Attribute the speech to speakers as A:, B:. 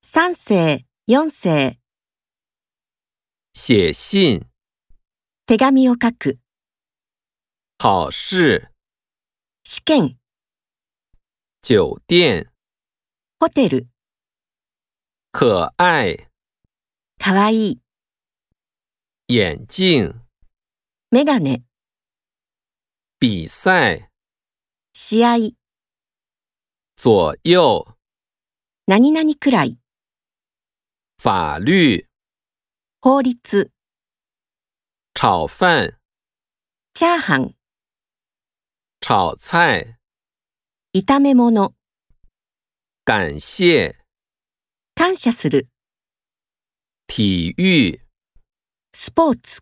A: 三世、四世、
B: 写信、
A: 手紙を書く、
B: 考试、
A: 試験、
B: 酒店、
A: ホテル、
B: 可爱、
A: かわいい、
B: 眼镜、
A: メガネ、
B: 比赛、
A: 試合、
B: 左右、
A: 何々くらい、
B: 法律、
A: 法律、
B: 炒饭、
A: チャーハン、
B: 炒菜、
A: 炒め物、
B: 感谢、
A: 感謝する、
B: 体育。
A: スポーツ。